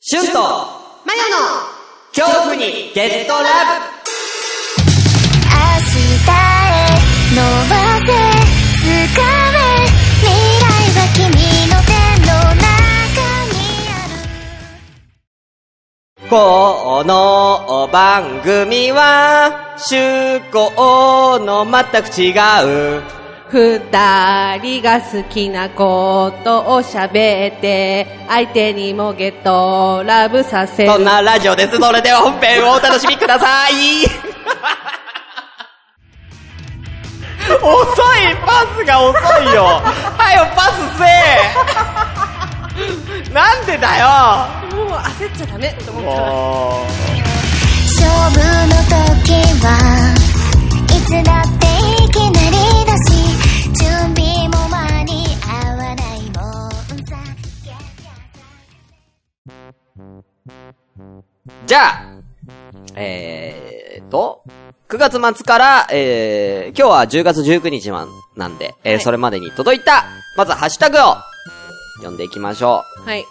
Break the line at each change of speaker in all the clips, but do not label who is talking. シュンと
マヨの
恐怖にゲットラブ
明日へ伸ばせ掴め未来は君の手の中にある
この番組は趣向の全く違う
二人が好きなことを喋って相手にもゲットラブさせる
そんなラジオですそれでは本編をお楽しみください遅いパスが遅いよはよパスせえなんでだよ
もう焦っちゃダメと思ったら
も
勝負の時はいつだっていきなりだし準備も間に合わないもんさ
うじゃあえーっと9月末から、えー、今日は10月19日まなんで、えー
はい
それまでに届いた、まずハッシュタグを読んでいきましょ
はい、
う。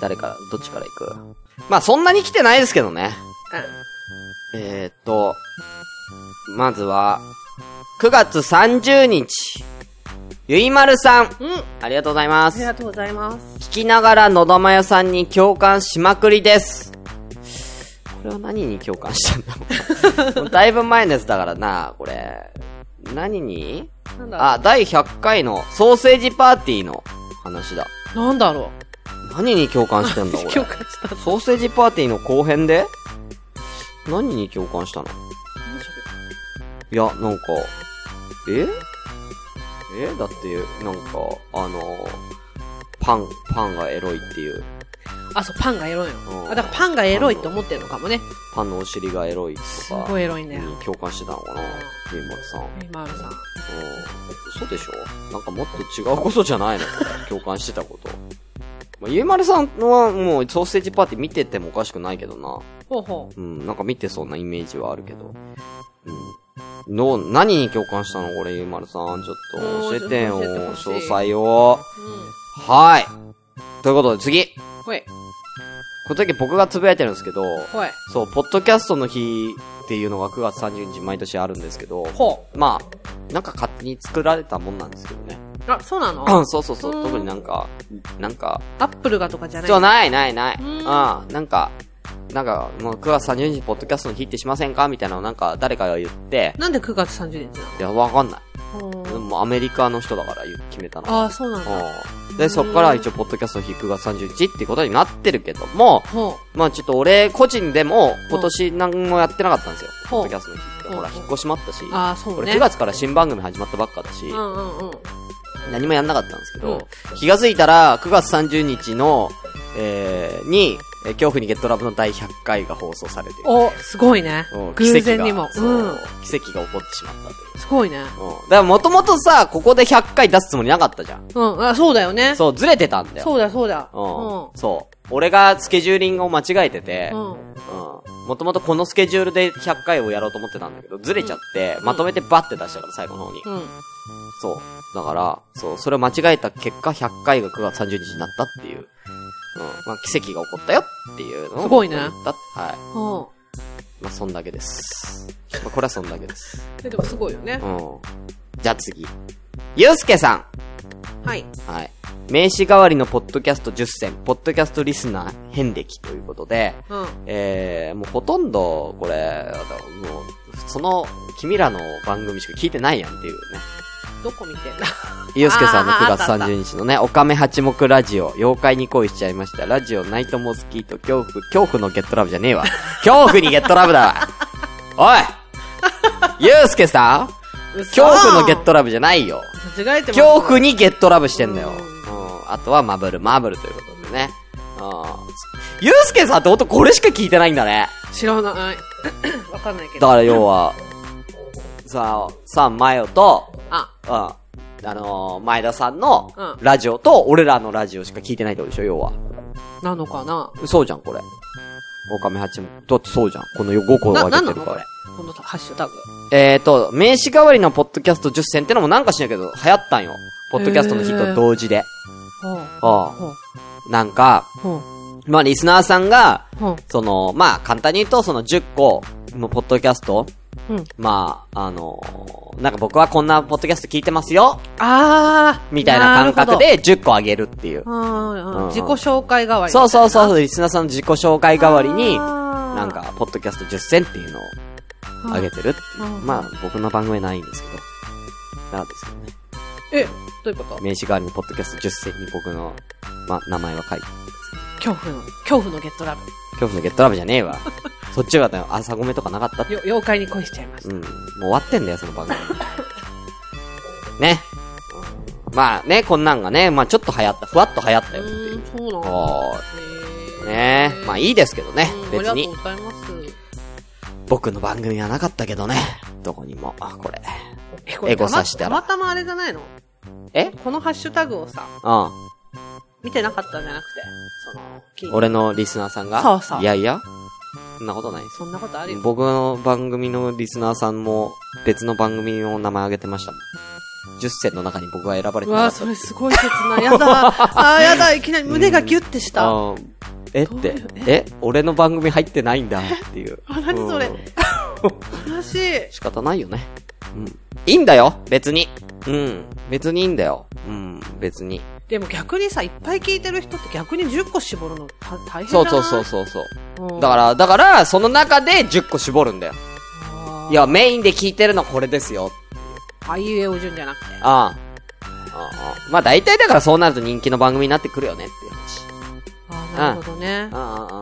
誰から、どっちから行くまあそんなに来てないですけどね。えー、っと、まずは、9月30日、ゆいまるさん、
うん、うん、あ
ありがとうございます
り。がとうございます
聞きながらのだまやさんに共感しまくりです。これは何に共感したん だろうもうだいぶ前のやつだからな、これ。何に
なんだ
あ、第100回のソーセージパーティーの話だ。
なんだろ
何に共感してん
う
だ、俺。
共感したなん
ソーセージパーティーの後編で何に共感したの
でしょ
いや、なんか、ええだって、なんか、あの、パン、パンがエロいっていう、
うあそうパンがエロい
うん
のあだからパンがエロいって思ってるのかもね
パンのお尻がエロいとか、
すごいエロいんだよ
に共感してたのかなリンマルさん。うん。
今あるさん
そうでしょなんかもっと違うことじゃないの 共感してたこと。まあ、ゆいまるさんはもうソーセージパーティー見ててもおかしくないけどな。
ほうほ
うん、なんか見てそうなイメージはあるけど。うん。どう、何に共感したのこれ、ゆうまるさん。ちょっと教えてよ。
もう教えて
詳
ほしい
細を。
うう
はい。ということで次。
んほい
この時僕がつぶやいてるんですけど、
ほい
そう、ポッドキャストの日っていうのが9月30日毎年あるんですけど、
ほ
まあ、なんか勝手に作られたもんなんですけどね。
うあそうなの
そうそうそう。
うん
特になんか、なんか、
アップルがとかじゃない
そう、ないないない。う
うんん。
なんか、なんか、もう9月30日、ポッドキャストの日ってしませんかみたいなのをなんか、誰かが言って、
なんで9月30日
いや、わかんない。
なのほう
でもアメリカの人だから言う決めたの。
ああそうなんだ
うんで、そっから一応、ポッドキャストの日9月30日ってことになってるけども、
ほ
まあちょっと俺個人でも、今年何もやってなかったんですよ。ポ
ほ
ッド
う
キャストの日って。
ほう
ほら、引っ越しもあったし
う、ああそう
俺
ね
9月から新番組始まったばっかだし、
うんうんうん
何もやんなかったんですけど、気がついたら、9月30日の、えー、に、えー恐怖にゲットラブの第100回が放送されてる。
お、すごいね
うん。
偶然にも。
奇跡
う
が
ん
そ。奇跡が起こってしまったという。
すごいね。
うん。だからもともとさ、ここで100回出すつもりなかったじゃん。
うん。あ、そうだよね。
そう、ずれてたんだよ。
そうだ、そうだ。
うん。
う
そう。俺がスケジューリングを間違えてて、
ん。う
う
ん。
ん。もともとこのスケジュールで100回をやろうと思ってたんだけど、ずれちゃって、
ん
まとめてバッて出したから、最後の方に。
うん。
そう。だから、そう、それを間違えた結果、100回が9月30日になったっていう。うん。まあ、奇跡が起こったよっていうのを。
すごいね
言ったは
うん。
い。まあ、そんだけです。まあ、これはそんだけです。
えでもすごいよね
う。ん。じゃあ次。ゆうすけさん。
はい。
はい。名刺代わりのポッドキャスト10選、ポッドキャストリスナー遍歴ということで、
うん。
えー、もうほとんど、これ、あともう、その、君らの番組しか聞いてないやんっていうね。
どこ見てんだ
ゆうすけさんの
あー
9
あ
月
ったあった
30日のね、おかめ八目ラジオ、妖怪に恋しちゃいました。ラジオ、ナイトモスキート、恐怖、恐怖のゲットラブじゃねえわ。恐怖にゲットラブだわ。おいゆうすけさん 恐怖のゲッ。トラブじゃないよ。
嘘間違えてます。
恐怖にゲットラブしてんだよ。う
うん
ん。あとはマブル、マブルということでね。うん。ゆうすけさんってほんとこれしか聞いてないんだね。
知らない。 わかんないけ
だ
ど。
から要は、さあ、さんまよと、
あ、
うん。あのー、前田さんの
うん
ラジオと、俺らのラジオしか聞いてないってことでしょ、要は。
なのかな
そうじゃん、これ。オカメ八も。だってそうじゃん。この5個を
な、
分け
なん
て
な
る
の
か
こ
ら
れ。。このハッシュタグ。
えーと、名刺代わりのポッドキャスト10選ってのもなんかしないけど、流行ったんよ。ポッドキャストの日と同時で。
ほう。
あ
ほう。
あなんか、
ほう。
まあ、リスナーさんが、
うん
その、まあ、簡単に言うと、その10個のポッドキャスト、
うん。
まあ、あのーなんか僕はこんなポッドキャスト聞いてますよ
あー。
みたいな感覚
なる
で10個あげるっていう。
ほど。あー
うん
自己紹介代わり。
そうそうそうそう、リスナーさんの自己紹介代わりに、
あー
なんか、ポッドキャスト10選っていうのをあげてるっていう
うん
まあ、僕の番組はないんですけど。なんですけどね。
え、どういうこと
名刺代わりにポッドキャスト10選に僕の、まあ、名前は書いて。
恐怖の、恐怖のゲットラブ。
恐怖のゲットラブじゃねえ わ。そっちがだよ、朝ごめとかなかったって。
よ、妖怪に恋しちゃいまし
う
た。
ん。もう終わってんだよ、その番組。 ね。まあね、こんなんがね、まあちょっと流行った、ふわっと流行ったよっていう
ー
う。
ん、そうなんだ。
はーい。
へ
ね
ー
まあいいですけどね
う、ん
別
あり
に
がと。うございます。
僕の番組はなかったけどね。どこにも。あ、これ。
え、これ
エゴ
たま
さしたら
たまたまあれじゃないの
え
このハッシュタグをさ、
うん。
見てなかったんじゃなくて、その、聞いて
俺のリスナーさんが。
そうそう
いやいや。そんなことないです。
そんなことあるよ。
僕の番組のリスナーさんも、別の番組の名前挙げてましたもん。10選の中に僕が選ばれてな
う
か
わ
った
それすごい切ない。やだ。あーやだ。いきなり胸がギュッてした。あ
あーえっ
どう
て
いう、
え俺の番組入ってないんだっていう。
あ何それ
うん
悲しい。
仕方ないよね。うん。いいんだよ別に。うん。別にいいんだよ。うん。別に。
でも逆にさ、いっぱい聞いてる人って逆に10個絞るのた大変じ
そ
ゃ
う
ない
そうそうそうそう。
うん
だから、だから、その中で10個絞るんだよ。
あー
いや、メインで聞いてるのこれですよ。
あいうえお順じゃなくて。
ああ。ああまあ大体だからそうなると人気の番組になってくるよねっていう話。
あーなるほどね。
ああ、あ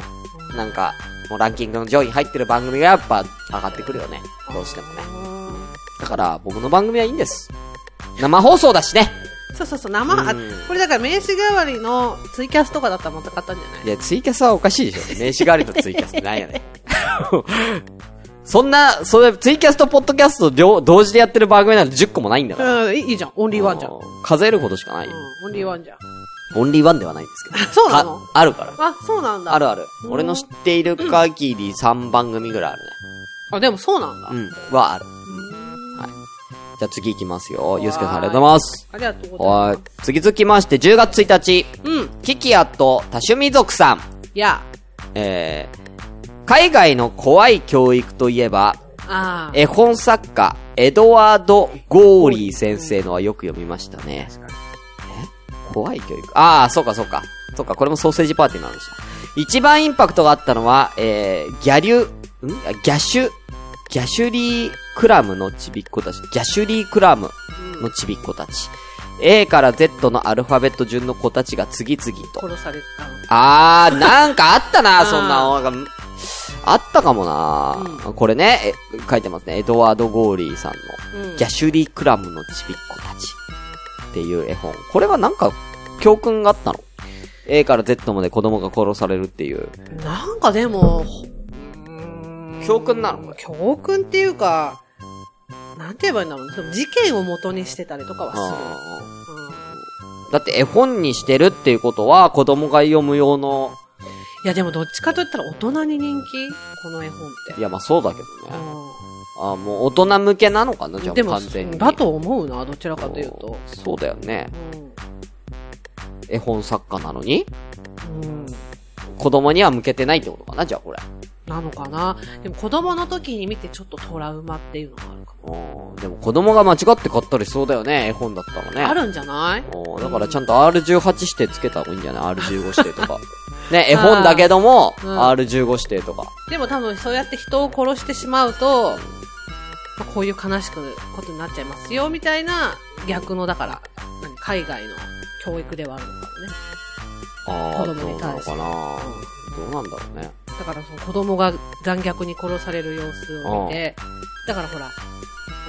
あ。なんか、もうランキングの上位に入ってる番組がやっぱ上がってくるよね。どうしてもね。
うん
だから、僕の番組はいいんです。生放送だしね。
そうそうそう、生、あ
うん
これだから名刺代わりのツイキャスとかだったらまた買ったんじゃない
いや、ツイキャスはおかしいでしょ。名刺代わりとツイキャスってないよね。そんな、それ、ツイキャスとポッドキャスト両同時でやってる番組なんて10個もないんだから。
うん、いいいいじゃん。オンリーワンじゃん。うん、
数えることしかないよ。
オンリーワンじゃん。
オンリーワンではないんですけど。
そうなの
かあるから。
あ、そうなんだ。
あるある。
うん
俺の知っている限り3番組ぐらいあるね。
あ、でもそうなんだ。
うん。はある。はい。じゃあ次行きますよ。ゆうすけさんありがとうございます。
ありがとうござい
はい。次続きまして10月1日。
ます。うん。
キキアと多趣味族さん。
いや、
えー、海外の怖い教育といえば、
ああ。
絵本作家、エドワード・ゴーリー先生のはよく読みましたね。え怖い教育。ああ、そうかそうか。そうか、これもソーセージパーティーの話だ。一番インパクトがあったのは、えー、ギャリュ、んあギャシュ、ギャシュリー・クラムのちびっ子たち。ギャシュリー・クラムのちびっ子たち。A から Z のアルファベット順の子たちが次々と。
殺されたの。
あー、なんかあったな、
あー
そんな。なんかあったかもな、これね、え書いてますね。エドワード・ゴーリーさんの、
うん
ギャシュリー・クラムのちびっ子たちっていう絵本。これはなんか、教訓があったの ?A から Z まで子供が殺されるっていう。
なんかでも、
教訓なのこれ。
教訓っていうか、なんて言えばいいんだろうね。その事件を元にしてたりとかはす
あ
る。うん
ーだって絵本にしてるっていうことは、子供が読む用の、
いやでもどっちかと言ったら大人に人気この絵本って。
いやまあそうだけどね。
う
あーもう大人向けなのかなじゃ
ん、
あ
でも
完全に。
だと思うな、どちらかというと。
そうだよね。
うん
絵本作家なのに
うん
子供には向けてないってことかなじゃあこれ。
なのかなでも子供の時に見てちょっとトラウマっていうのがあるかも。
うんでも子供が間違って買ったりしそうだよね、絵本だったらね。
あるんじゃない
うんだからちゃんと R18 指定つけた方がいいんじゃない ?R15 指定と か。ね、絵本だけども、
うん
R15 指定とか。
でも多分そうやって人を殺してしまうと、まあこういう悲しくことになっちゃいますよ、みたいな逆の、だから、何海外の教育ではあるのかもね。
ああ、どう
子供に
なの
対して
かな、どうなんだろうね。
だからその子供が残虐に殺される様子を見て、だからほら、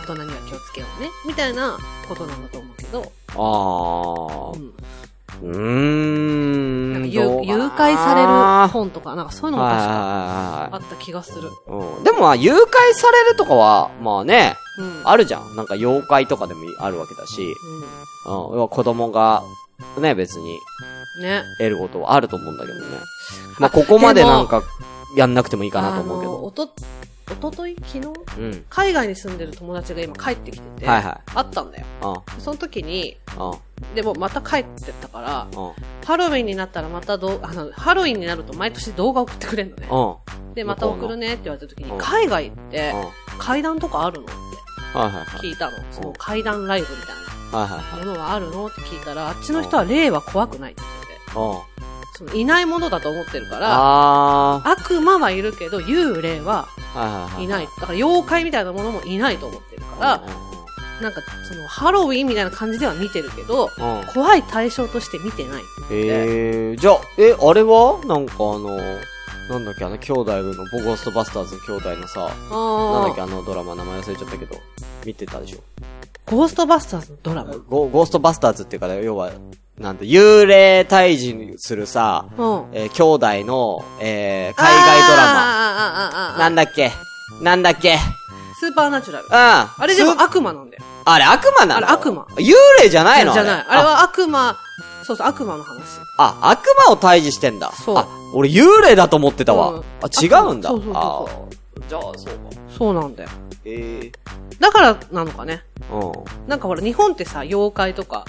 大人には気をつけようね、みたいなことなんだと思うけど、
ああ
う、ん
うーん。
なんか誘
どうかな
誘拐される本とか、なんかそういうのも確か
はいはい
あ
はい
った気がする。
はいうんでもまあ、誘拐されるとかは、まあね、
うん。
あるじゃん。なんか妖怪とかでもあるわけだし、うん、要は子供が、ね、別に
うん、ね。
得ることはあると思うんだけどね。まあ、ここまでなんか、やんなくてもいいかなと思うけ
あの
ど。
おと、一昨日昨
う
日
ん。
海外に住んでる友達が今帰ってきてて、
はいはい
会ったんだよ。
うん。
その時に、
うん。
でもまた帰ってったから、
うん。
ハロウィンになったらまたどう、あの、ハロウィンになると毎年動画送ってくれるのね。
うん。
で、また送るねって言われた時
う
に、
ん
海外って
うん。
階段とかあるのって
はいはいはい。
聞いたの。その階段ライブみたい
はいはい
なものはあるのって聞いたら、あっちの人は霊は怖くないって言ってて、
はい。うん。
そのいないものだと思ってるから、
あ
悪魔はいるけど幽霊は
ー。はいはいはい。
いない。だから妖怪みたいなものもいないと思ってるから、
う
なんかそのハロウィンみたいな感じでは見てるけど、
んうんうん。うん。
怖い対象として見てない。
えー、じゃあ、え、あれはなんかあの、なんだっけ、あの、兄弟の、ボゴーストバスターズの兄弟のさ、なんだっけ、
あ
あのドラマ名前忘れちゃったけど、見てたでしょ。
ーゴーストバスターズのドラマ。
ゴゴーストバスターズっていうか、要は、なんて、幽霊退治するさ、
うん。
えー兄弟の、えー海外ドラ
マ
マ。なんだっけなんだっけ
スーパーナチュラル
うん。。あ
あれでも
あ
悪魔なんだよ。
あれ悪魔なの
あれ悪魔
幽霊じゃないの
じゃない。あれは悪魔、そうそう、悪魔の話。
あ、悪魔を退治してんだ。
そう
あ、俺幽霊だと思ってたわ。
うん
あ、違うんだ。
悪魔そうそうそうそう
あーじゃあ、そうか。
そうなんだよ。
ええ
だからなのかね。
うん。
なんかほら、日本ってさ、妖怪とか、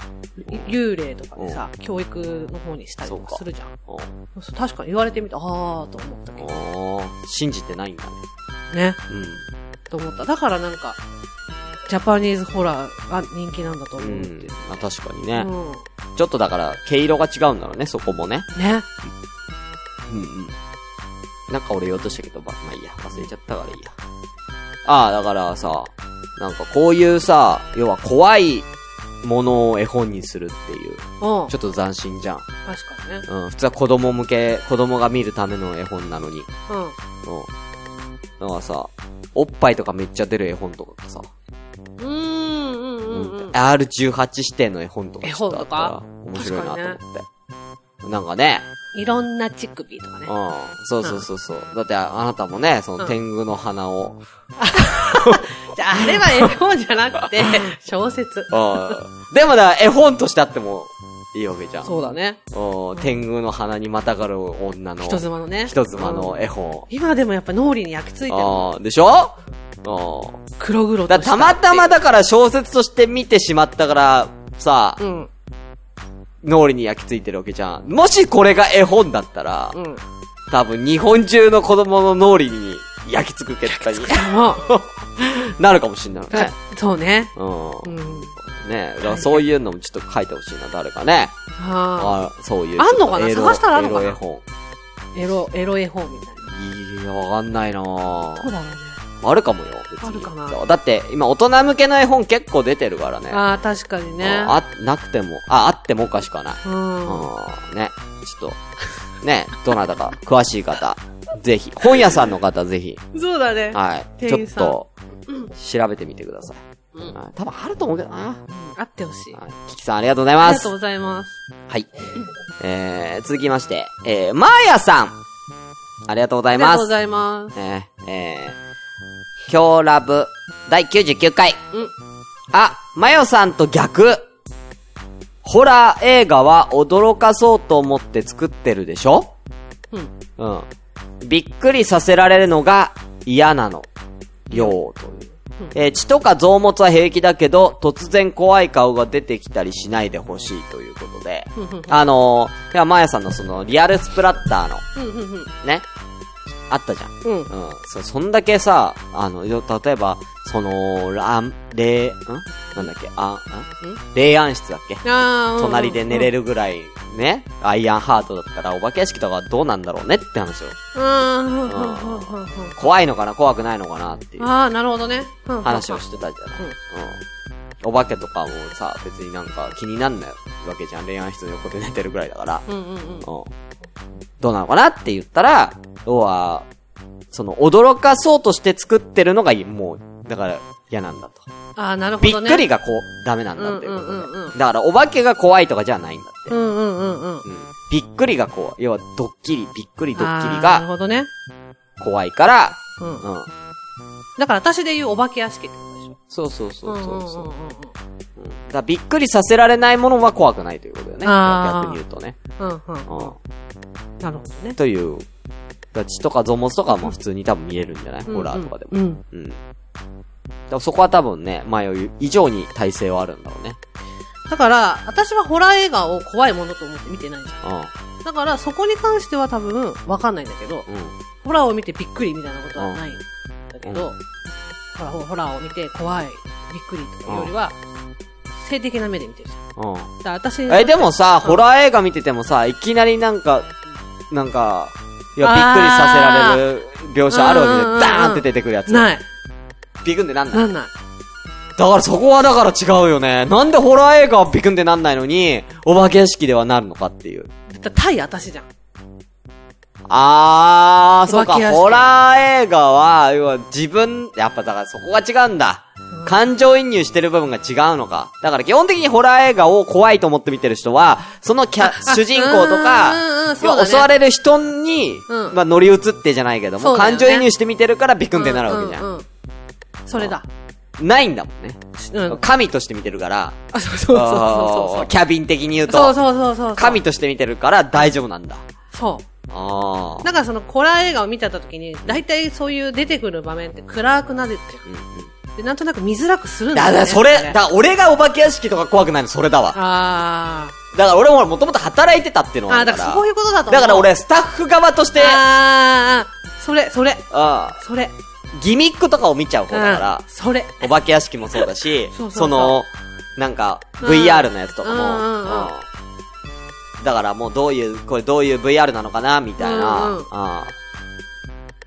幽霊とかでさ、教育の方にしたりと
そう
か
か
するじゃん。
うん
そう確かに言われてみた、あーと思ったけど
おー信じてないんだね。
ね。
う
と思った。だからなんか、ジャパニーズホラーが人気なんだと思
ん。う
うってい
ん
う。。
まあ確かに
う
ね。
ん。
ちょっとだから、毛色が違うんだろうね、そこもね。
ね。
うんうん。なんか俺言おうとしたけど、ま、まあいいや、忘れちゃったからいいや。ああ、だからさ、なんかこういうさ、要は怖いものを絵本にするっていう、
うん。
ちょっと斬新じゃん。
確かにね。
うん、普通は子供向け、子供が見るための絵本なのに。うん。
うん。
だからさ、おっぱいとかめっちゃ出る絵本とかさ、
うーん、うん、うんうん。
R18 指定の絵本とか
絵
ちょっ
本
とあ
と
った
から
面白いなと思っ
確
て。なんかね、
いろんな乳首とか
う
ね。
ん。そうそうそうそう。だってあ、あなたもね、そうの
ん
天狗の花を、
じゃあ、あれは絵本じゃなくて、 小
う
説。
ん。でもだ、絵本としてあってもいいわけじゃん。
そうだね。
うん。天狗の花にまたがる女の、
人妻のね。
人妻
う
の
ん
絵本。
今でもやっぱ脳裏に焼き付いてる。
ああ、でしょうん。
黒々と
だ
した。
たまたま。だから小説として見てしまったから、さ、
うん。
脳裏に焼き付いてるわけじゃん。もしこれが絵本だったら、
うん。
多分日本中の子供の脳裏に焼き付く結果に
も
なるかもしんないよね。
う、そうね。
うん。
うん。
ねだからそういうのもちょっと書いてほしいな、誰かね。
ああ。
あそういう。
あんの
ちょっ
かな
とエロ
探したらあんのかな
エロ絵本。
エロ、エロ絵本みたいな。
いや、わかんないな
そう
ぁ
だろうね。
あるかもよ、別に。
あるかな
そうだって、今大人向けの絵本結構出てるからね。
ああ、確かにね。
うんあ、なくても、あ、あってもおかしくはない。
うん。
うんね、ちょっと、ね、どなたか、詳しい方、ぜひ、本屋さんの方、ぜひ、
そうだね。
はい、ちょ
店員
っ
さん
と、調べてみてください。
うん
はい多分あると思うけどな。
うんあってほしい。あ
はいキキさん、ありがとうございま
りがと
す
う。ございます。
はい。えー、続きまして、えー、マーヤさん。ありがとうござ
あ
い
りが
ま
とうご
す。
ざいます。
ねえー、今日ラブ、第99回。
うん。
あ、マヨさんと逆。ホラー映画は驚かそうと思って作ってるでしょ
うん。
うん。びっくりさせられるのが嫌なの。よーという。えー血とか臓物は平気だけど、突然怖い顔が出てきたりしないでほしいということで
うんうんうん、
あのー、いや、まやさんのその、リアルスプラッターの、
うん、うん、うん。
ね、あったじゃん。
うん。
うん。そ、そんだけさ、あの、よ例えば、その、ラン、霊、んなんだっけ、あ、ん霊安室だっけ
ああ、
隣で寝れ
る。
るぐらい、ね、アイアンハートだったら、お化け屋敷とかはどうなんだろうねって話を。
ああ、うんうんうんうんうん
怖いのかな怖くないのかなっていう
ああ、なるほどね。うん
話をしてたじゃない。
う
うんん。お化けとかもさ、別になんか気になんないわけじゃん。恋愛室の横で寝てるぐらいだから。うん。
うんうんうん。
どうなのかなって言ったら、要は、その、驚かそうとして作ってるのがいいもう、だから嫌なんだと。
ああ、なるほ
びっ
どね。
くりがこう、ダメなんだっていうこ
うんうんうん
と
う
で。だから、お化けが怖いとかじゃないんだって。
うんうんうんうん。
うんびっくりがこう、要はドッキリ、びっくりドッキリ
あーなる
が
ほどね。
怖いから、
うん。
うん。
だから私で言うお化け屋敷ってことでしょ。
そうそうそうそうそう。
んんん
うんだからびっくりさせられないものは怖くないということだよね。
あー
逆に言うとね。
うんうん。うんうん。
う
なるほどね
ん。。というから血とか臓物とかも普通に多分見れるんじゃない、ホラーとかでも。
うんうん。
うん。だからそこは多分ね、前以上に耐性はあるんだろうね。
だから、私はホラー映画を怖いものと思って見てないじゃ。
うん
だから、そこに関しては多分、わかんないんだけど、
ん。うん。
ホラーを見てびっくりみたいなことはないんだけど、ほら、ホラーを見て怖い、びっくりとかよりは、性的な目で見てるじゃ
うん。
ん。だから私、
え、でもさ、
うん
ホラー映画見ててもさ、いきなりなんか、なんか、いや、びっ
あー
くりさせられる描写あるわけじゃ
うんう
ん。
んうんうん
ダーンって出てくるやつ。
ない。
ビクンってなんない。
なんない。
だからそこはだから違うよね。なんでホラー映画はビクンってなんないのに、お化け屋敷ではなるのかっていう。
だ対私じゃん。
あー、そう
お化
か
け屋、敷
ホラー映画は、要は自分、やっぱだからそこが違うんだ。感情移入してる部分が違うのか。だから基本的にホラー映画を怖いと思って見てる人は、そのキ ャ、主人公と
うんうんうん
か、
そうだね
襲われる人に、
うん
まあ乗り移ってじゃないけども、
そうだよね
感情移入して見てるからビクンってなるわけじゃん。
うううそれだ。
ないんだもんね。
うん。
神として見てるから、
あ、そうそうそう
あーキャビン的に言うと、
そうそうそう。そうそうそうそう。
神として見てるから大丈夫なんだ。
そ
あ
う。
ー。
だからそのホラー映画を見てた時に、大体そういう出てくる場面って暗くなるって
うんうん
で、なんとなく見づらくするんだ
だ、
よ、ね。
だ、それ、だ、俺がお化け屋敷とか怖くないの、それだわ。
あ
だから俺ももともと働いてたっていう
ー。
のは
あ
あ
ー、
る
だ
か
から
ら。
そういうことだと思う。
だから、俺、スタッフ側として、あ
あー、それ、それ、
あ、
それ。
ギミックとかを見ちゃう方だか
うんそれ。
ら、お化け屋敷もそうだし
そうそう、そう
その、なんか、
うん
VR のやつとかも
うんうんうん
うん、だからもうどういう、これどういう VR なのかな、みたいな、
うんうん
うん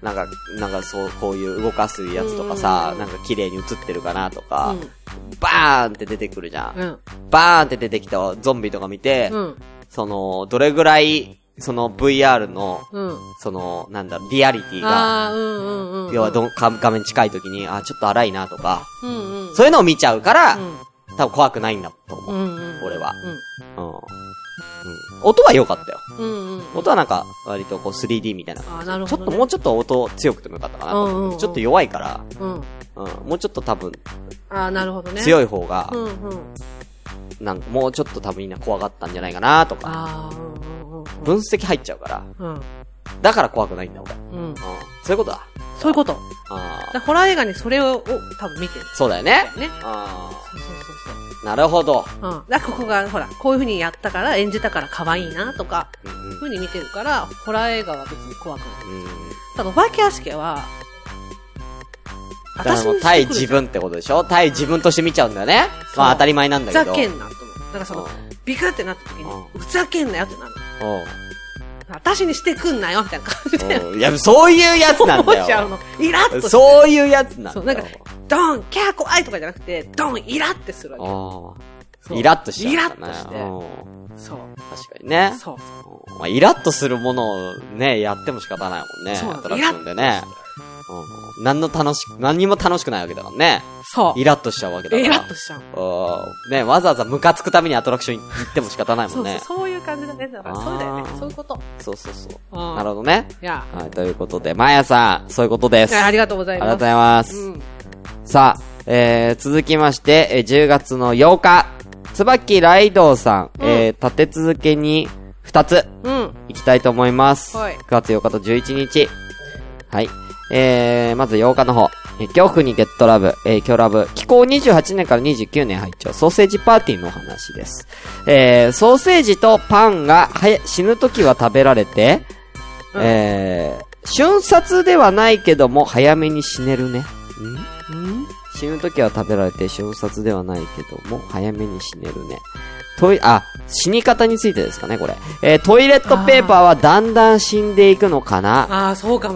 なんか、なんかそう、こういう動かすやつとかさ、
うんうん
なんか綺麗に映ってるかなと
う
か、
ん。
バーンって出てくるじゃん。
うん。
バーンって出てきたゾンビとか見て、
うん。
その、どれぐらい、その VR の、
うん。
その、なんだろう、リアリティが、
あー、うんうんうんうん。
要はどん、か画面近い時に、あ、ちょっと荒いなとか、
うんうん。
そういうのを見ちゃうから、
うん
多分怖くないんだと
う
思う。
んうん。
俺は。
うん。
うん。うん。音は良かったよ。
うんうん。
音はなんか、割とこう 3D みたいな感
あ
じ
ー
で。
なる
ち
ほ
ょ
ど
っ
ね
ともうちょっと音強くてもよかったかなと
うんうん
思
う
うんちょっと弱いから、
うん。
うん。もうちょっと多分、
あー、なるほどね。
強
い。
い方が
う、んうん。
なんかもうちょっと多分みんな怖がったんじゃないかなとか、
あー、うんうんうんうん。
分析入っちゃうから、
うん。
だから怖くないんだ俺。うん。
うん。
そういうことだ。
そういうこと。だか
あー
らホラー映画にそれを、を多分見てる。
そうだよね。
ね。
あ
そうそうそうそう。
ーなるほど。
うん。だからここが、ほら、こういう風にやったから、演じたから可愛いな、とか、
うんうん
風に見てるから、ホラー映画は別に怖くない。
うん。
ただ、お化け屋敷は、
だからもう
にしてくる
対自分ってことでしょ対自分として見ちゃうんだよね。
そう
まあ当たり前なん
ふ
だけど。
ざけんな、と思う。だからその
うん、
ビクってなった時に
う、
ふざけんなよってなる。
おう
私にしてくんなよ、みたいな感じで、
おういや、そういうやつなん
思
だ
っちゃう
よ。
の。イラッとして
そういうやつな
そうんな
だ
んか
よ。、
ドン、キャー怖いとかじゃなくて、ドン、イラってするわ
あー
け。そう
イラッとしちゃう、ね。
イラッとして。
うん
け。そう。
確かにね。
そう。
うんまあ、イラッとするものをね、やっても仕方ないもんね。
そうなの
アトラクションでね。うん何の楽し、何にも楽しくないわけだからね。
そう。
イラッとしちゃうわけだから。
イラッとしちゃう。
あーね、わざわざムカつくためにアトラクション行っても仕方ない
そ
もん
うそ
ね。
う、そういう感じだね。だから、そうだよね
あ。ー
そういうこと。
そうそうそう
あー
なるほどね。
いや、
はい、ということで、まやさん、そういうことです。
いやありがとうござ
あり
います。
がとうございます。
うん。
さあ、えー、続きまして、えー10月の8日、椿ライドウさん、
うん
えー、立て続けに2つ
うん。
いきたいと思います。
はい
9月8日と11日。はい。えー、まず8日の方。えー恐怖にゲットラブ、えー、今日ラブ、気候28年から29年拝聴ソーセージパーティーのお話です。えー、ソーセージとパンがはや死ぬ時は食べられて、
うん
えー、瞬殺ではないけども、早めに死ねるね。ん死ぬ時は食べられて、瞬殺ではないけども、早めに死ねるね。トイ、あ、死に方についてですかね、これ。えートイレットペーパーはだんだん死んでいくのかな
ああ、そうかも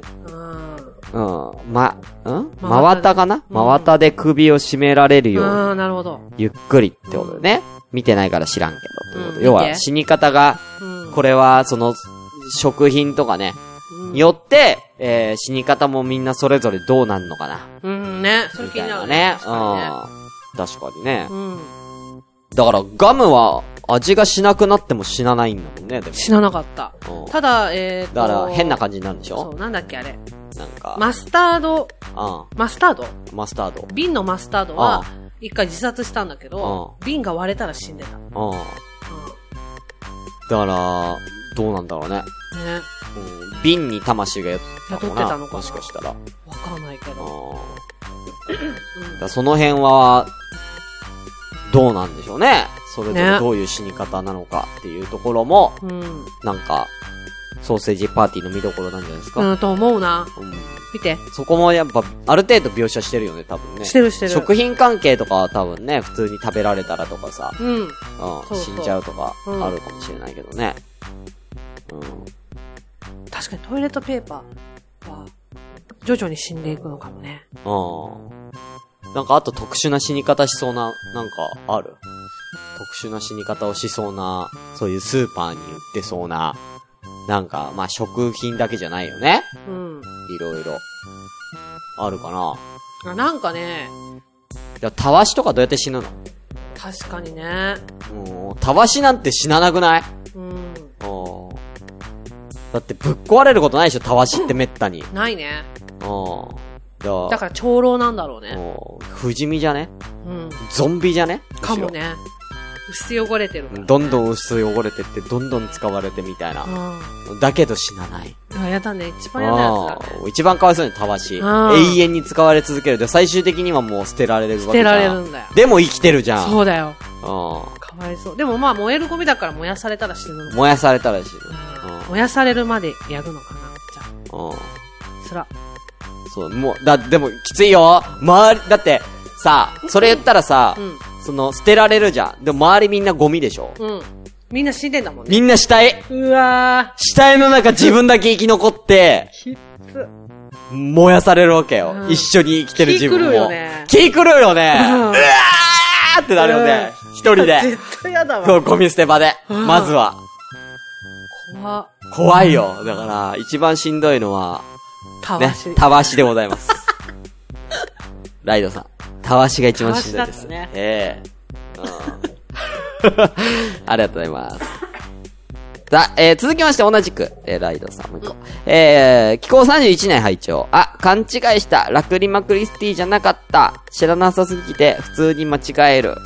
え
うん。
ー、うん、ま、ん
真
真
綿
綿かな真綿で首を絞められるように
ああ、なるほど。
ゆっくりってことでね。見てないから知らんけど。ってこと
うん
要
見
は
て
死に方が、
うん。
これはその食品とかね、によって、えー死に方もみんなそれぞれどうなんのかな。
うん、ね。それ
み
気
た
に
い
な
な
る
ね。
確
う
か
ん。確かにね
に。ね。
だからガムは味がしなくなっても死なないんだもんね、で
う
も
ん。。知らなかった
うん。
ただ、えーと
だから変な感じになるんでし
そ
ょ
う、なんだっけあれ。
なんか、
マスタード、
う
マスタード
ん。マスタード。
瓶のマスタードは、一回自殺したんだけど、瓶が割れたら死んでた。うん。
うん。だから、どうなんだろうね。
ね。
うん、瓶に魂がやってたのかな
雇ってたのかな
もしかしたら。うん
わかんないけど。
だからその辺は、どうなんでしょうね。それぞれ
ね
どういう死に方なのかっていうところも、
うん。うん。
なんか、ソーセージパーティーの見どころなんじゃないですか。
うん、と思うな。
うん
見て。
そこもやっぱ、ある程度描写してるよね、多分ね。
してるしてる
食品関係とかは多分ね、普通に食べられたらとかさ、
うん。
うん、
そうそう
死んじゃうとか、
うん
あるかもしれないけどね。うん。
確かにトイレットペーパーは、徐々に死んでいくのかもね。
うん。なんかあと特殊な死に方しそうな、なんかある特殊な死に方をしそうな、そういうスーパーに売ってそうな、なんか、まあ、食品だけじゃないよね。
うん。
いろいろ。あるかな。
あなんかね、
じゃあ、たわしとかどうやって死ぬの
確かにね。
うん、たわしなんて死ななくない
うん。
うん。だってぶっ壊れることないでしょ、たわしってめったに。うん。
ないね。
じゃあ、
だから長老なんだろうね。
うん不死身じゃね
うん。
ゾンビじゃね
かも。ね。薄汚れてるか
むし
ら、
ろどん
ん。
どん薄い汚れてって、どんどん使われてみたいな。だけど死なない。
うん。あ、やだね。一番やだやつだ。
うん一番かわいそうにたわし。
うん
永遠に使われ続ける。で、最終的にはもう捨てられるわけじ
捨て
ゃん
られるんだよ。
でも生きてるじゃん。
そうだよ。
う
かわいそう。でもまあ燃えるゴミだから燃やされたら死ぬの
ん。燃やされたら死ぬ。
うん燃やされるまでやるのかな。じゃ
うん。うん。
あ、つら。
そう、もう、だ、でも、きついよ周り、だって、さ、それ言ったらさ、
うん
その、捨てられるじゃん。でも周りみんなゴミでしょ、
うん。みんな死んでんだもんね。
みんな死体
うわ
死体の中自分だけ生き残って、
ー。きつ。
燃やされるわけよ。
うん
一緒に生きてる自分も。
気狂うよね
気狂うよね。う
うん
わーってなるよね。一人で。
絶対やだ
そう、
わ。
ゴミ捨て場で。
うん
まずは。
怖っ。
怖いよ。だから、一番しんどいのは、
たわ
ね
し。、
たわしでございます。ライドさん、たわしが一番しんどいで
たわ
す。
しだったね
ええうん ありがとうございます。さあ、えー続きまして同じく、えーライドさんもう一個。えー、気候31年拝聴あ、勘違いした。ラクリマクリスティじゃなかった。知らなさすぎて、普通に間違える。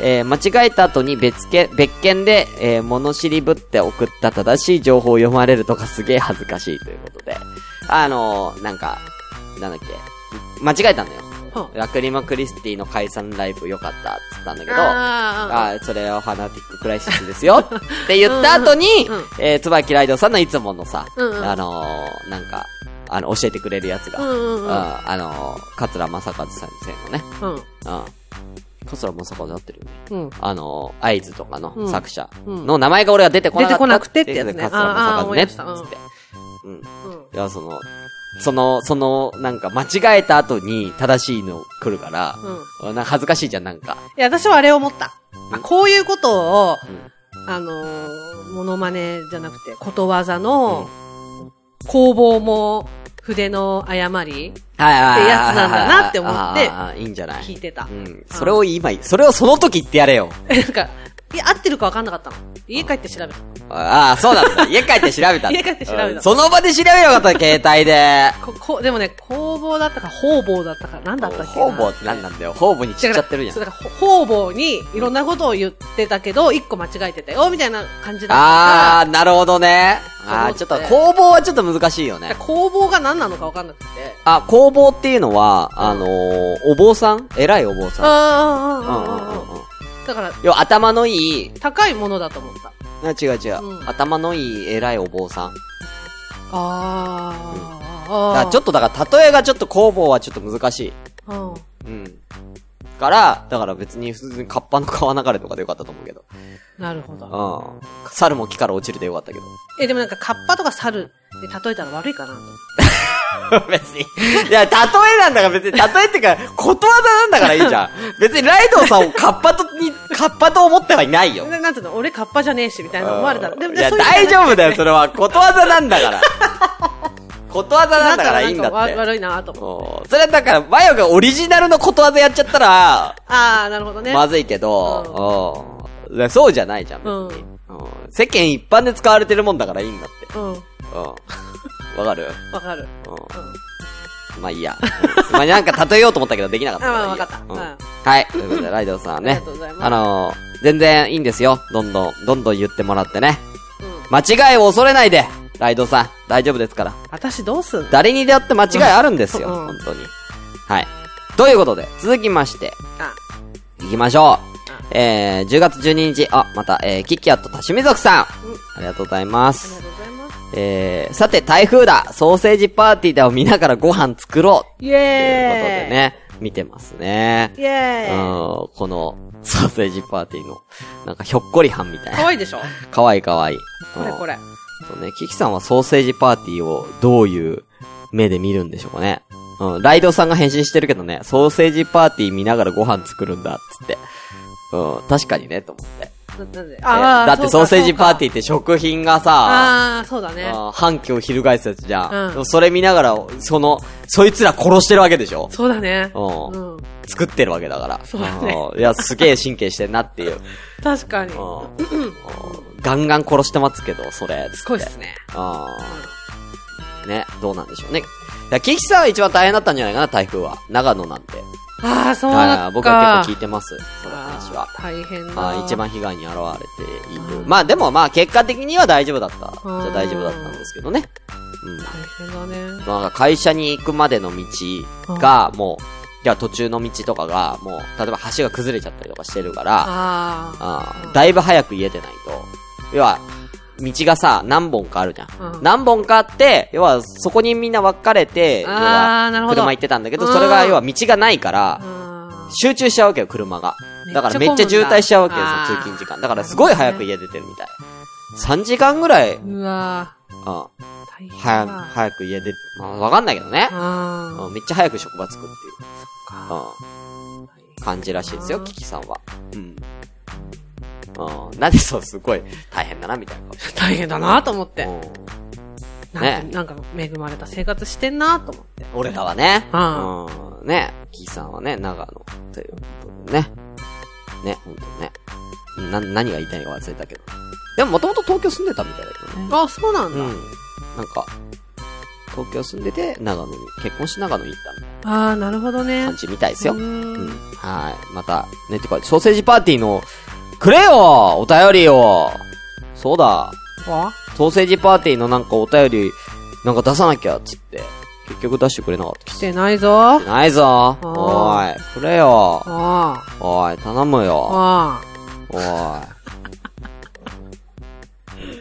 えー、間違えた後に別件、別件で、えー、物知りぶって送った正しい情報を読まれるとかすげえ恥ずかしいということで。あのー、なんか、なんだっけ。間違えたんだよ。
うん
ラクリマクリスティの解散ライブ良かったっつったんだけど、
あーあーあー
あーそれはファナティッククライシスです よって言った後に、
うんうんうん
えー、椿ライドさんのいつものさ、
うんうん
あのー、なんか、あの、教えてくれるやつが、
うんうんうん
ああのー、桂正和先生のね、うん。桂正和で合ってるよね。
うん。うん。
あのー、合図とかの作者
うん
の名前が俺が出てこなかった。
出てこなくてってやつね
桂正和ね、っつ
あーあー
って。うん。
うん。
いや、その、その、その、なんか、間違えた後に正しいの来るから、なんか恥ずかしいじゃん、なんか。
いや、私はあれを思った。あこういうことを、
ん
あのー、モノマネじゃなくて、ことわざの、工房も筆の誤り
はいはい
ってやつなんだなって思って
て。いいんじゃない
聞いてた
う。ん。それを今、それをその時言ってやれよ。
なんか、いや、合ってるか分かんなかったの。家帰って調べた。
ああ、そうだった。家帰って調べたんだ。
家帰って調べた
うんその場で調べよかった、携帯で。
こ、こ、でもね、工房だったか、方々だったか、なんだったっけな
方々って何なんだよ。方々に散っちゃってるじゃん
だ。からそうだからほ方々にいろんなことを言ってたけど、一個間違えてたよ、みたいな感じだったから。
あー、なるほどね。あー、ち
と
ょっ
思
と
って、
工房はちょっと難しいよね。
工房が何なのか分かんなくて。
あ、工房っていうのは、あのー、お坊さん偉いお坊さん。
あ
う
あ、あ
ん
あ、
う
あ
ん
あ、
うん
あ
うん。
あ。だから、
要は頭のいい、
高いものだと思った。
あ違う違う、
うん
頭のいい偉いお坊さん。
あ
だ
あ
からちょっとだから例えがちょっと工房はちょっと難しい。
うん。
うん。から、だから別に普通にカッパの川流れとかでよかったと思うけど。
なるほど。
うん。猿も木から落ちるでよかったけど。
え、でもなんか、カッパとか猿で例えたら悪いかなと。
別に。いや、例えなんだから別に、例えってか、ことわざなんだからいいじ ゃん。別にライドさんをカッパとに、カッパと思ってはいないよ。
ななんていうの、俺カッパじゃねえし、みたいな思われたら。でも
いや、
そううの
大丈夫だよ、それは。ことわざなんだ から。ことわざ
な
なんんだ
だ
か
か
らら
い
い
い
い
ん
ん
だ
だ
っ。
ってて。
悪いなと思う。
うんそれはだから、マヨがオリジナルのことわざやっちゃったら、
ああ、なるほどね。
まずいけど、うんでそうじゃないじゃん、別に、うん世間一般で使われてるもんだからいいんだって。
うん。
うん。わかる
わかる。
うん。まあいい や。うんまあなんか例えようと思ったけどできなかったからいいや。
あわかった
うん
うん
はい。ということで、ライドさんね。
ありがとうございます
あのー全然いいんですよ。どんどん、どんどん言ってもらってね。
うん。
間違いを恐れないでライドさん、大丈夫ですから。
私どうすんの
誰に出会って間違いあるんですよ、
うん
本当に。はい。ということで、続きまして、
あ、
行きましょう。えー、10月12日、あ、また、えー、キキアット多趣味族さん。ありがとうございま
ありが
す。
とうございます。
えー、さて、台風だソーセージパーティーだを見ながらご飯作ろう
イ
ということ
エーイ
で。ね、見てますね。
イエーイ
うんこの、ソーセージパーティーの、なんかひょっこりはんみたい
か
な。
わいいでしょ
かわいいかわいい。
これこ
れ。
れ。
そうね、キキさんはソーセージパーティーをどういう目で見るんでしょうかね。うん、ライドさんが返信してるけどね、ソーセージパーティー見ながらご飯作るんだ、っつって。うん、確かにね、と思って。
ななんで
ねだってソーセージパーティ
ー。
ーって食品がさ、
あー、そうだね。
あー反旗を翻すやつじゃん。
うん
でもそれ見ながら、その、そいつら殺してるわけでしょ
そうだね。
う。
うんん。
作ってるわけだから。
そうだね
うんいや、すげえ神経してんなっていう。
確かに。す
うんガンガン殺してますけど、それ。
ごいっすね。
うんね、どうなんでしょうね。いや、キキさんは一番大変だったんじゃないかな、台風は。長野なんで。
あー、そう
は
だ
い、僕は結構聞い
い
てます、その話は。
大変だ。
はい、一番被害に遭われている
う。ん
まあでもまあ結果的には大丈夫だった。じ
う
ゃ
ん
大丈夫だったんですけどね。うん。
大変だね。
なんか会社に行くまでの道が、もう、いや途中の道とかが、もう、例えば橋が崩れちゃったりとかしてるから、
あ
あーだいぶ早く言えてないと。要は、道がさ、何本かあるじゃん。
うん
何本かあって、要は、そこにみんな分かれて、要
あー
は
なるほど
車行ってたんだけど、それが、
うん
要は道がないから
ー、あ
集中しちゃうわけよ、車が。だからめ
め
っ
っ
ち
ち
ゃ
ゃ
渋
混むんだ
滞しちゃうわけよ、
あー
その通勤時間。だからすごい早く家出てるみたい。3時間ぐらい、う
ー。
ん、
うわ
は
ー。大変
や、
だ。
早く家出、まあ、わかんないけどね。
あ
うん、めっちゃ早く職場着くっていう、
ー。
うん、感じらしいですよ、
うん
キキさんは。うん。うん、なんでそう、すごい、大変だな、みたいな顔して
大変だなと思って。
うん
なん
ね
かなんか恵まれた生活してんなと思って。
俺らはね、
う
うん、ね、キキさんはね、長野、ということでね。ね、ほんとにね。な、何が言いたいのか忘れたけど。でも、もともと東京住んでたみたいだけどね。
あ、そうなん
う
だ。
ん。なんか、東京住んでて、長野に、結婚し長野に行ったみたい
ああ、なるほどね。
な感じみたいですよ。
うー
うん
ん。
はい。また、ね、てか、ソーセージパーティーの、くれよお便りをそうだ。
わ
ソーセージパーティーのなんかお便り、なんか出さなきゃ、つって。結局出してくれなかった。
来てないぞ。
ないぞ
ー
おーい、くれよ
あ
おーい、頼む
あ。
よ
あ
おー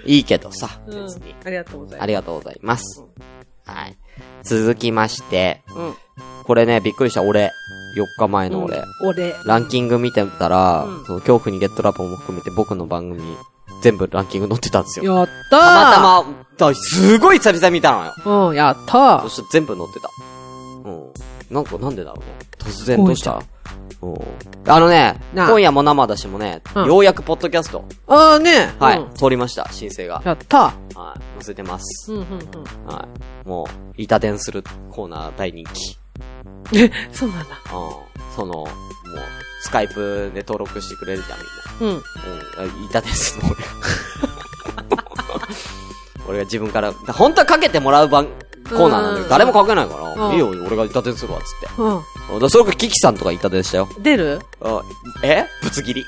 い。いいけどさ、
あ。うん
別に。。
ありがとうござい
あ
ま
りがとうございます。はい。続きまして、
す。うん。
これね、びっくりした、俺。4日前の俺。
うん。俺。
ランキング見てたら、
うん
その恐怖にゲットラボも含めて僕の番組、全部ランキング載ってたんですよ。
やったー
たまたま、だすごい久々に見たのよ。
ま。うん、やった
そ
ー
して全部載ってた。うん。なんかなんでだろうね。突然どうしたうん。あのね、
なあ
今夜も生だしもね、
うん
ようやくポッドキャスト、
ああね。
はい、
うん
通りました、申請が。
やった
はい、載せてます。
ーうん、うん、うん。
はい。もう、板伝するコーナー大人気。
え、そうなんだ。
うん。その、もう、スカイプで登録してくれるじゃん、みんな。
う
う
ん。
ん、あいたです、もう俺が。 俺が自分から、本当はかけてもらう番、コーナーなんだけ
う
ど、
ん
誰もかけないから、
うん
いいよ、俺がいたでするわ、つって。
う
だからそれこそキキさんとかいたでしたよ。
ん。出る
あえぶつ切 り。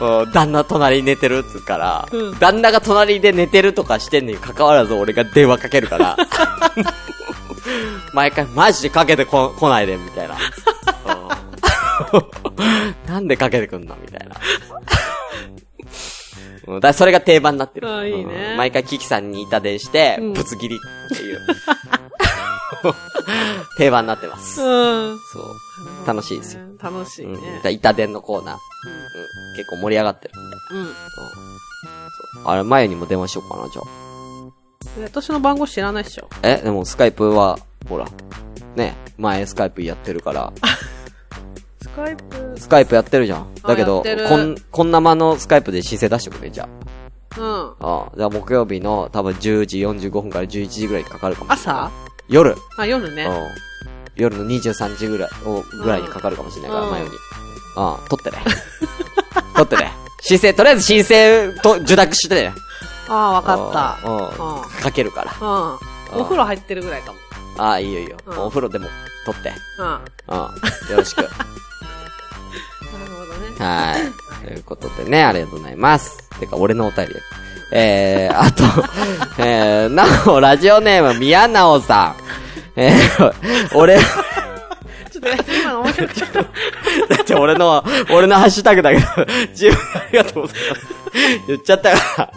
うん旦那隣に寝てるっつうから、
うん
旦那が隣で寝てるとかしてんのに関わらず俺が電話かける から。毎回マジでかけてこ来ないで、みたいな。うんなんでかけてくんのみたい な。うんだからそれが定番になってる。
あいいね
うん毎回キキさんに板電して
う、ん
ぶつ切りっていう。 定番になってます。
うん。
そう。楽しいですよ。
楽しい
うん。
ね
だ。板伝のコーナー。うん。結構盛り上がってるんで。
うん。
そうあれ、前にも電話しようかな、じゃ
私の番号知らないっしょ。
あ。え、でもスカイプは、ほら。ね、前スカイプやってる から。
スカイプ。
スカイプやってるじゃん。だけど
あやって、る
こん、こんな間のスカイプで申請出してくれ、じゃ
うん。
あ。ああじゃあ木曜日の多分10時45分から11時ぐらいにかかるかもしれない。
朝
夜。
あ、夜ね
う。ん。夜の23時ぐらい、おぐらいにかかるかもしれないから、
うん
前より。ああ、取ってね。取 ってね。申請、とりあえず申請と、受諾してね。
ああ、わか
うん
った。うん。
かけるから。
うん。お風呂入ってるぐらいかも。
ああ、いいよいいよ。
うん
お風呂でも、取って。
うん。な
うん。よろ しく。
るほどね。
はい。ということでね、ありがとうございます。てか、俺のお便りです。えー、あと、 えー、なお、ラジオネーム、宮直さん。えー、俺、
ちょっと待って、今の面白くちゃった。
だって俺の、俺のハッシュタグだけど、自分でありがとうございます。言っちゃったから。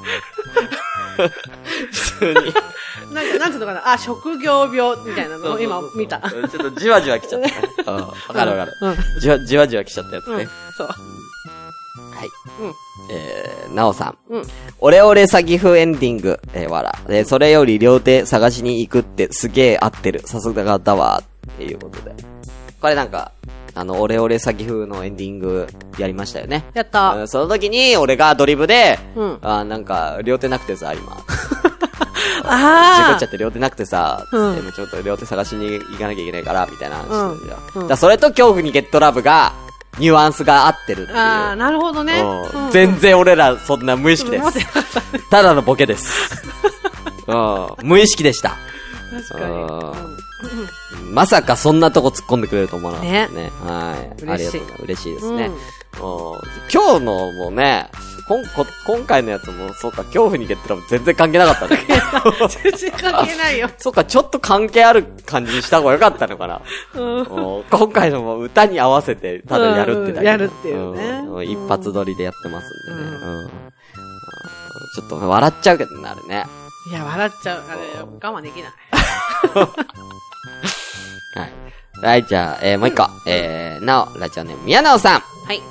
普通に。
なんか、なんていうのかな。あ、職業病みたいなのを今見た。
うんちょっとじわじわ来ちゃった。うんわかるわか
うんうん
る。じわ、じわじわ来ちゃったやつ
うん
ね。。
そう。
はい。
うん。
えー、なおさん。
うん。
オレオレ詐欺風エンディング。えー、わら。えー、それより両手探しに行くってすげえ合ってる。さすがだわ。っていうことで。これなんか、あの、オレオレ詐欺風のエンディングやりましたよね。
やった。
うんその時に、俺がアドリブで、
うん
あーなんか、両手なくてさ、今。事故
あ
っちゃって両手なくてさ、
う
つ
ん
ってもうちょっと両手探しに行かなきゃいけないから、みたいな話してたじゃん
うんうん
だからそれと恐怖にゲットラブが、ニュアンスが合ってるっていう。
ああ、なるほどね。
うん
うん
全然俺らそんな無意識で
うん待
す
って。待って
ただのボケ です。うん無意識でした。
確かに。うん
まさかそんなとこ突っ込んでくれると思わなかったですね。はい。あり
嬉
が
し
とござ
いう
います。嬉しいですね。
う
う
ん
ん今日のもね、こんこ今回のやつも、そうか、恐怖にゲットラブ全然関係なかったね。
全然関係ないよ。
そうか、ちょっと関係ある感じにした方がよかったのかな。
うん。
お 今回のも歌に合わせて、ただやるってだけ、
うんやるっていうね
ん
うん
一発撮りでやってますんでね。うんうんちょっと笑っちゃうけどね、あれね。
いや、笑っちゃう。あれ、我慢できない。
はい。はい、じゃあ、えーもう一個。えー、なお、ラジオネーム、宮直さん。
はい。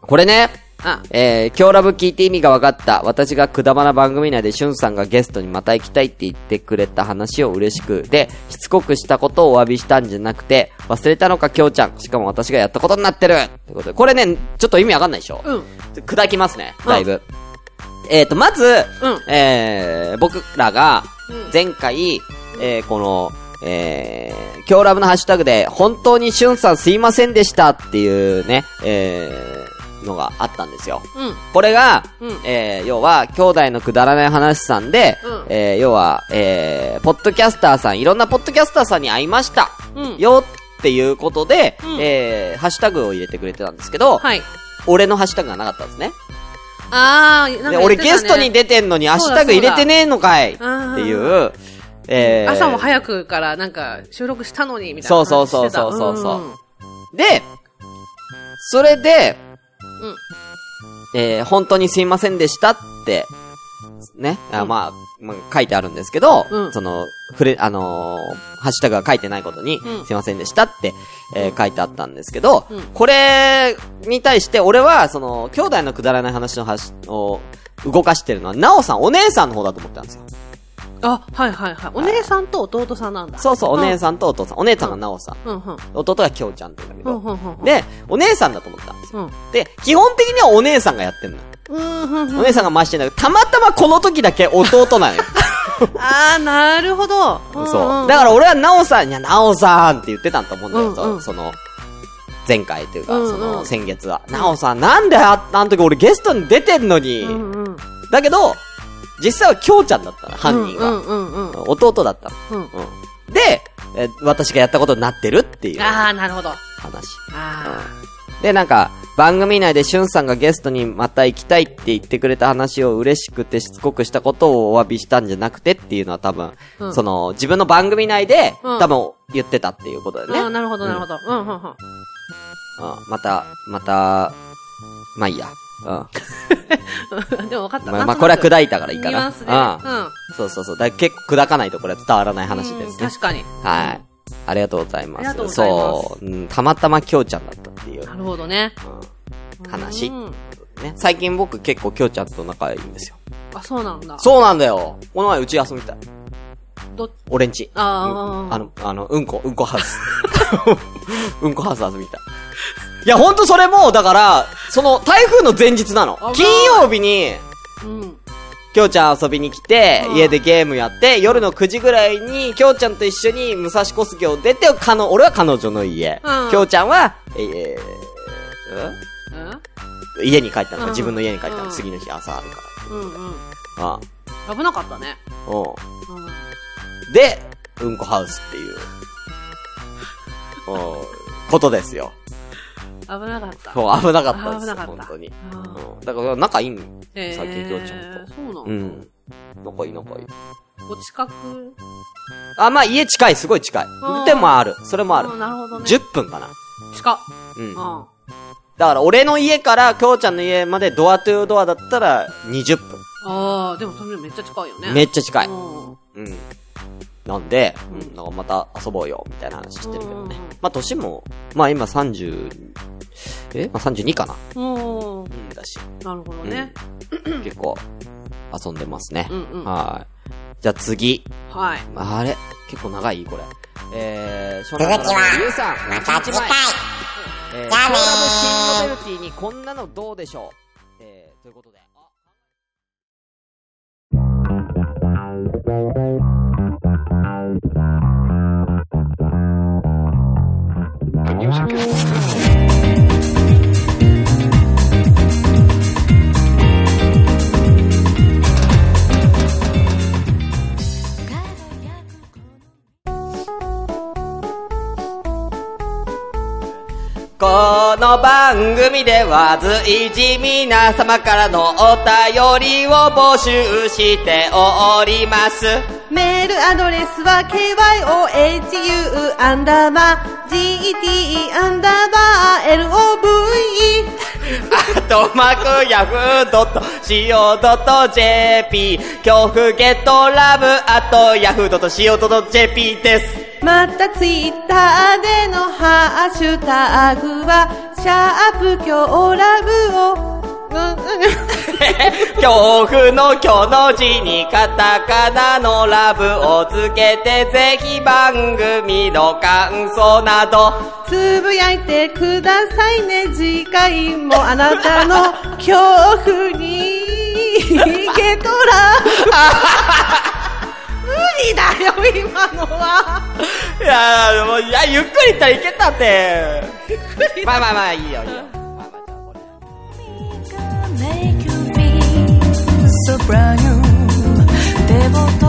これね、
あ、
えー、今日ラブ聞いて意味が分かった。私がくだばな番組内でしゅんさんがゲストにまた行きたいって言ってくれた話を嬉しく、で、しつこくしたことをお詫びしたんじゃなくて、忘れたのかきょうちゃん。しかも私がやったことになってるってことで、これね、ちょっと意味わかんないでしょ
うん。
砕きますね、だいぶ。えっ、と、まず、
うん
えー、僕らが
うん、
前回、えー、この、えー、今日ラブのハッシュタグで、本当にしゅんさんすいませんでしたっていうね、えー、のがあったんですよ。
うん。
これが、
うん
えー、要は、兄弟のくだらない話さんで、
うん
えー、要は、えー、ポッドキャスターさん、いろんなポッドキャスターさんに会いました、
うん
よっていうことで、
うん
えー、ハッシュタグを入れてくれてたんですけど、
はい。
俺のハッシュタグがなかったんですね。
あー、なん
で、
か、
俺ゲストに。出てんのにハッシュタグ入れてねえのかいっていう、えー、
朝も早くから、なんか、収録したのに、みたいな
そう
話してた。
そうそうそうそうそうんで、それで、
うん
えー、本当にすいませんでしたって、ね、あまあ、まあ、書いてあるんですけど、
うん
その、ふれ、あのーハッシュタグが書いてないことに、
うん
すいませんでしたって、えー書いてあったんですけど、
うん
これに対して、俺は、その、兄弟のくだらない話のはし、を動かしてるのは、なおさん、お姉さんの方だと思ってたんですよ。
あ、はいはいはい。お姉さんと弟さんなんだ。
そうそう、お姉
ん。
さんとお父さん。お姉さんがなおさん。
うんうん。
弟がきょうちゃんって言うんだけ
う
ど。
んうんうん。、
で、お姉さんだと思ってたんですよ。
うん。
で、基本的にはお姉さんがやってんの。
うんうんうん
お。姉さんが回してんだけど、たまたまこの時だけ弟なの よ。
あー、なるほど。
そう。だから俺はなおさん、いや、なおさんって言ってたと思うんだよ、
うんうん
そその、前回というか、
うんうん
その、先月は。なおさん、なんであ、あの時俺ゲストに出てんのに。
らうんうん。
だけど、実際はきょうちゃんだったの、犯人が。
うんうんうんうん
弟だったの。
うん。
うん。で、え私がやったことになってるっていう
あー、なるほど。あ
話。
ー。
で、なんか、番組内でしゅんさんがゲストにまた行きたいって言ってくれた話を嬉しくてしつこくしたことをお詫びしたんじゃなくてっていうのは多分、
うん
その、自分の番組内で、
うん
多分言ってたっていうことだよね。
ああ、なるほど、なるほど。うん、うん、うん。
うんまた、また、まあいいや。 うん。ま
うん でも分かった。
あ、まあこれは
だ
砕いたからいいか
ニュア
な。
ンスで。
うん。
うん。
そうそうそう。だから結構砕かないとこれは伝わらない話です
う
ね
ん。確かに。
はい。ありがとうございます。
ありがとうございます
そう、うん。たまたまきょうちゃんだったっていう。
なるほどね。
うん話
うん
ね、最近僕結構きょうちゃんと仲いいんですよ。
あ、そうなんだ。
そうなんだよ。この前うち遊びたい。
ど
俺んち。
あー
うんあの、あの、うんこ、うんこハウス。 うんこハウス遊びたい。いや、ほんとそれも、だから、その、台風の前日なの
あ。
金曜日に、
うん。
きょうちゃん遊びに来て、
うん
家でゲームやって、夜の9時ぐらいに、きょうちゃんと一緒に武蔵小杉を出て、かの、俺は彼女の家。
うん
きょうちゃんは、えー、
うん
うん家に帰ったの
うん
自分の家に帰った
う
の。
ん
次の日朝あるか
うんうん。
ら。あ
危なかったね。
あうん。
うん。
で、うんこハウスっていう、おーことですよ。
危なかった。
そう、危なかったです
危なかった
本当に。
あー
うんだから、仲いいん
え
最近行っちゃっ
そうなんだ。
うん。仲いい仲いい。
お近く
あ、まあ家近い、すごい近い
ー。
でもある。それもある。
ーなるほどね。
10分かな。
近っ。
うん。
あ
だから俺の家から、きょうちゃんの家までドアトゥードアだったら20分。
ーあー、でもそれめっちゃ近いよね。
め
っ
っちゃ近い。
うん。
うん。なんで、
う
う
ん
ん、なんかまた遊ぼうよ、みたいな話してるけどね
うんうんうん。
まあ年も、まあ今30、えまあ32かな。
うん。
うん、だし。
なるほどね。
うん結構、遊んでますね
う。んうん。は
はい。じゃあ次。
い。
あれ結構長いこれ。えー、少年のゆうさん。
また次回
えー、
じゃあねー
コラボ新ノベルティにこんなのどうでしょうえー、ということで。あこの番組では随時皆様からのお便りを募集しております。
メールアドレスは kyohu アンダーバー gete アンダーバー love
あ とマークヤフー .co.jp 恐怖ゲットラブあとヤフー .co.jp です。
またツイッターでのハッシュタグはシャープ強ラブを
恐怖の今日の字にカタカナのラブをつけてぜひ番組の感想など
つぶやいてくださいね次回もあなたの恐怖にゲトラ無理だよ今のはい
やーもういやゆっくり行ったらいけたって まあまあまあいいよいいよまあまあじゃあこれ
Make you feel so brand new. でも